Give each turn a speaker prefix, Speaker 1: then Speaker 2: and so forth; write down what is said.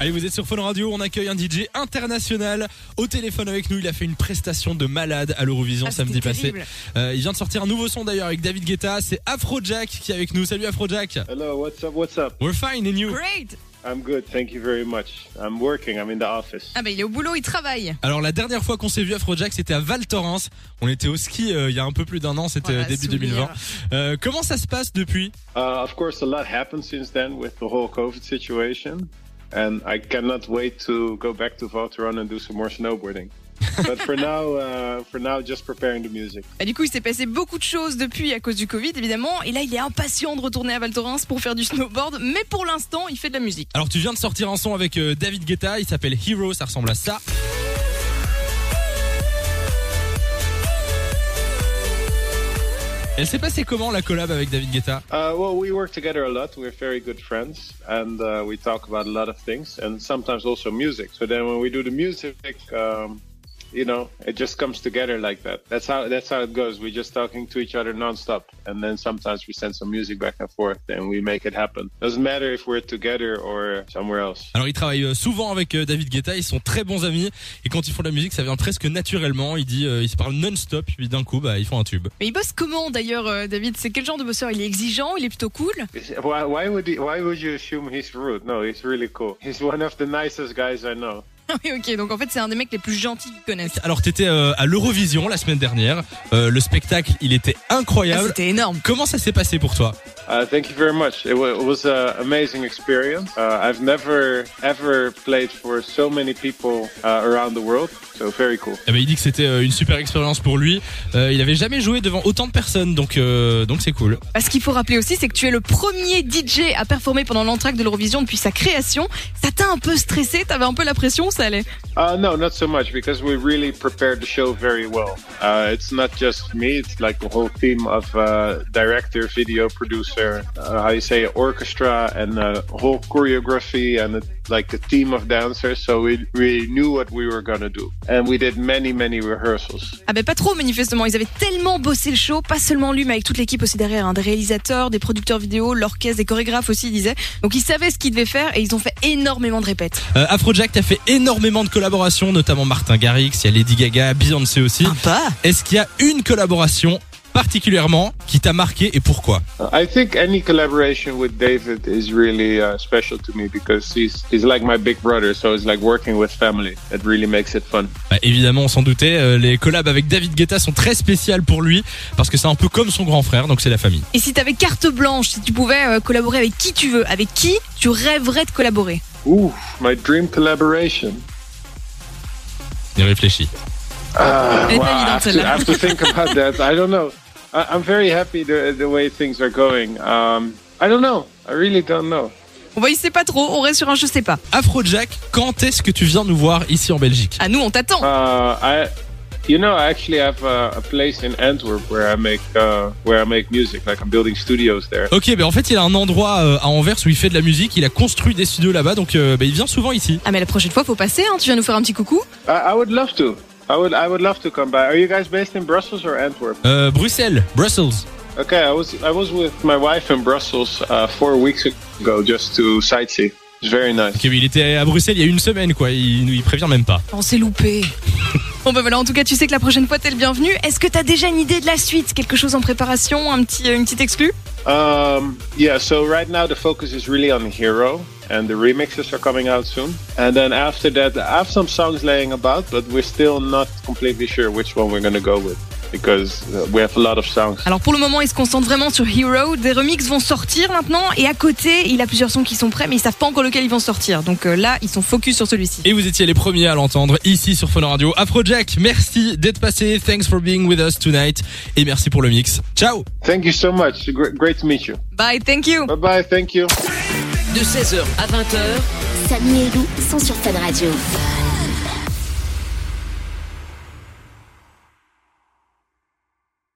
Speaker 1: Allez, vous êtes sur Phone Radio, on accueille un DJ international au téléphone avec nous. Il a fait une prestation de malade à l'Eurovision
Speaker 2: Ah,
Speaker 1: samedi
Speaker 2: c'était
Speaker 1: passé.
Speaker 2: terrible.
Speaker 1: Euh, il vient de sortir un nouveau son d'ailleurs avec David Guetta. C'est Afrojack qui est avec nous. Salut Afrojack.
Speaker 3: Hello, what's up? What's up?
Speaker 1: We're fine and you.
Speaker 2: Great
Speaker 3: I'm good, thank you very much. I'm working, I'm in the office.
Speaker 2: Ah bah il est au boulot, il travaille.
Speaker 1: Alors la dernière fois qu'on s'est vu Afrojack, c'était à Val Thorens. On était au ski euh, il y a un peu plus d'un an, c'était euh,
Speaker 2: Voilà,
Speaker 1: début
Speaker 2: souvenir.
Speaker 1: 2020. Euh, comment ça se passe depuis
Speaker 3: Uh, of course, a lot happened since then with the whole COVID situation, and I cannot wait to go back to Valteron and do some more snowboarding. but for now, uh, for now, just preparing the music.
Speaker 2: Bah, du coup il s'est passé beaucoup de choses depuis à cause du Covid évidemment. Et là il est impatient de retourner à Val Thorens pour faire du snowboard. Mais pour l'instant il fait de la musique.
Speaker 1: Alors tu viens de sortir un son avec euh, David Guetta, il s'appelle Hero, ça ressemble à ça. Elle s'est passée comment la collab avec David Guetta
Speaker 3: Uh, well, we work together a lot. We're very good friends, and uh, we talk about a lot of things, and sometimes also music. So then, when we do the music, um, you know, it just comes together like that. That's how that's how it goes. We're just talking to each other nonstop, and then sometimes we send some music back and forth, and we make it happen. Doesn't matter if we're together or somewhere else.
Speaker 1: Alors ils travaillent euh, souvent avec euh, David Guetta, ils sont très bons amis et quand ils font de la musique ça vient presque naturellement, ils, disent, euh, ils se parlent non-stop puis d'un coup bah, ils font un tube.
Speaker 2: Mais il bosse comment d'ailleurs euh, David C'est quel genre de bosseur Il est exigeant, il est plutôt cool.
Speaker 3: Is- Why, why would he, why would you assume he's rude? No, he's really cool. He's one of the nicest guys I know.
Speaker 2: oui ok donc en fait c'est un des mecs les plus gentils qu'ils connaissent.
Speaker 1: Alors t'étais euh, à l'Eurovision la semaine dernière, Euh, le spectacle il était
Speaker 2: Ah,
Speaker 1: incroyable.
Speaker 2: C'était énorme.
Speaker 1: Comment ça s'est passé pour toi
Speaker 3: Uh, thank you very much. It, wa it was an amazing experience. Uh, I've never ever played for so many people uh, around the world, so very cool.
Speaker 1: Eh ben, il dit que c'était euh, une super expérience pour lui. Euh, il avait jamais joué devant autant de personnes, donc euh, donc c'est cool.
Speaker 2: Bah, Ce qu'il faut rappeler aussi c'est que tu es le premier DJ à performer pendant l'entracte de l'Eurovision depuis sa création. Ça t'a un peu stressé T'avais un peu la pression Ça allait
Speaker 3: Uh, no, not so much because we really prepared the show very well. Uh, it's not just me; it's like the whole team of uh, director, video producer, uh, how you say, orchestra, and uh, whole choreography, and uh, like a team of dancers. So we we knew what we were gonna do, and we did many many rehearsals.
Speaker 2: Ah ben pas trop manifestement, ils avaient tellement bossé le show, pas seulement lui mais avec toute l'équipe aussi derrière, hein, des réalisateurs, des producteurs vidéo, l'orchestre, des chorégraphes aussi, ils disaient. Donc ils savaient ce qu'ils devaient faire et ils ont fait énormément de répètes.
Speaker 1: Euh, Afrojack, t'as fait énormément de collaborations, notamment Martin Garrix, il y a Lady Gaga, Beyoncé aussi.
Speaker 2: Sympa
Speaker 1: Est-ce qu'il y a une collaboration particulièrement qui t'a marqué et pourquoi
Speaker 3: I think any collaboration with David is really uh, special to me because he's he's like my big brother, so it's like working with family. It really makes it fun.
Speaker 1: Bah, Évidemment, on s'en doutait, euh, les collabs avec David Guetta sont très spéciales pour lui parce que c'est un peu comme son grand frère, donc c'est la famille.
Speaker 2: Et si t'avais carte blanche, si tu pouvais euh, collaborer avec qui tu veux, avec qui tu rêverais de collaborer
Speaker 3: Ooh, my dream collaboration.
Speaker 1: Il réfléchit.
Speaker 3: Ah,
Speaker 2: Elle est pas
Speaker 3: I,
Speaker 2: évidente,
Speaker 3: have to,
Speaker 2: celle-là.
Speaker 3: I have to think about that. I don't know. I, I'm very happy the the way things are going. Um, I don't know. I really don't know.
Speaker 2: On va, il sait pas trop, on reste sur un je sais pas.
Speaker 1: Afrojack, quand est-ce que tu viens nous voir ici en Belgique
Speaker 2: À nous on t'attend
Speaker 3: Uh, I. You know, I actually have a, a place in Antwerp where I make uh, where I make music. Like I'm building studios there.
Speaker 1: Ok, ben en fait, il a un endroit euh, à Anvers où il fait de la musique, il a construit des studios là-bas, donc euh, bah, il vient souvent ici.
Speaker 2: Ah mais la prochaine fois faut passer, hein, tu viens nous faire un petit coucou
Speaker 3: I, I would love to. I would I would love to come by. Are you guys based in Brussels or Antwerp?
Speaker 1: Euh, Bruxelles, Brussels.
Speaker 3: Okay, I was I was with my wife in Brussels uh, four weeks ago just to sightsee. It's very nice.
Speaker 1: Ok, mais il était à Bruxelles il y a une semaine, quoi. Il, il prévient même pas.
Speaker 2: On s'est loupé Bon ben voilà, en tout cas tu sais que la prochaine fois t'es le bienvenu. Est-ce que t'as déjà une idée de la suite Quelque chose en préparation, un petit, euh, une petite exclue
Speaker 3: Um, yeah, so right now the focus is really on Hero, and the remixes are coming out soon. And then after that, I have some songs laying about, but we're still not completely sure which one we're gonna go with because uh, we have a lot of songs.
Speaker 2: Alors pour le moment, il se concentre vraiment sur Hero. Des remixes vont sortir maintenant et à côté, il a plusieurs sons qui sont prêts, mais ils savent pas encore lequel ils vont sortir. Donc euh, là, ils sont focus sur celui-ci.
Speaker 1: Et vous étiez les premiers à l'entendre ici sur Phone Radio. Afrojack, merci d'être passé. Thanks for being with us tonight. Et merci pour le mix. Ciao!
Speaker 3: Thank you so much. Gr- great to meet you.
Speaker 2: Bye, thank you.
Speaker 3: Bye bye. Thank you.
Speaker 4: de 16h à 20h.
Speaker 5: Samy et Lou sont sur Fan Radio.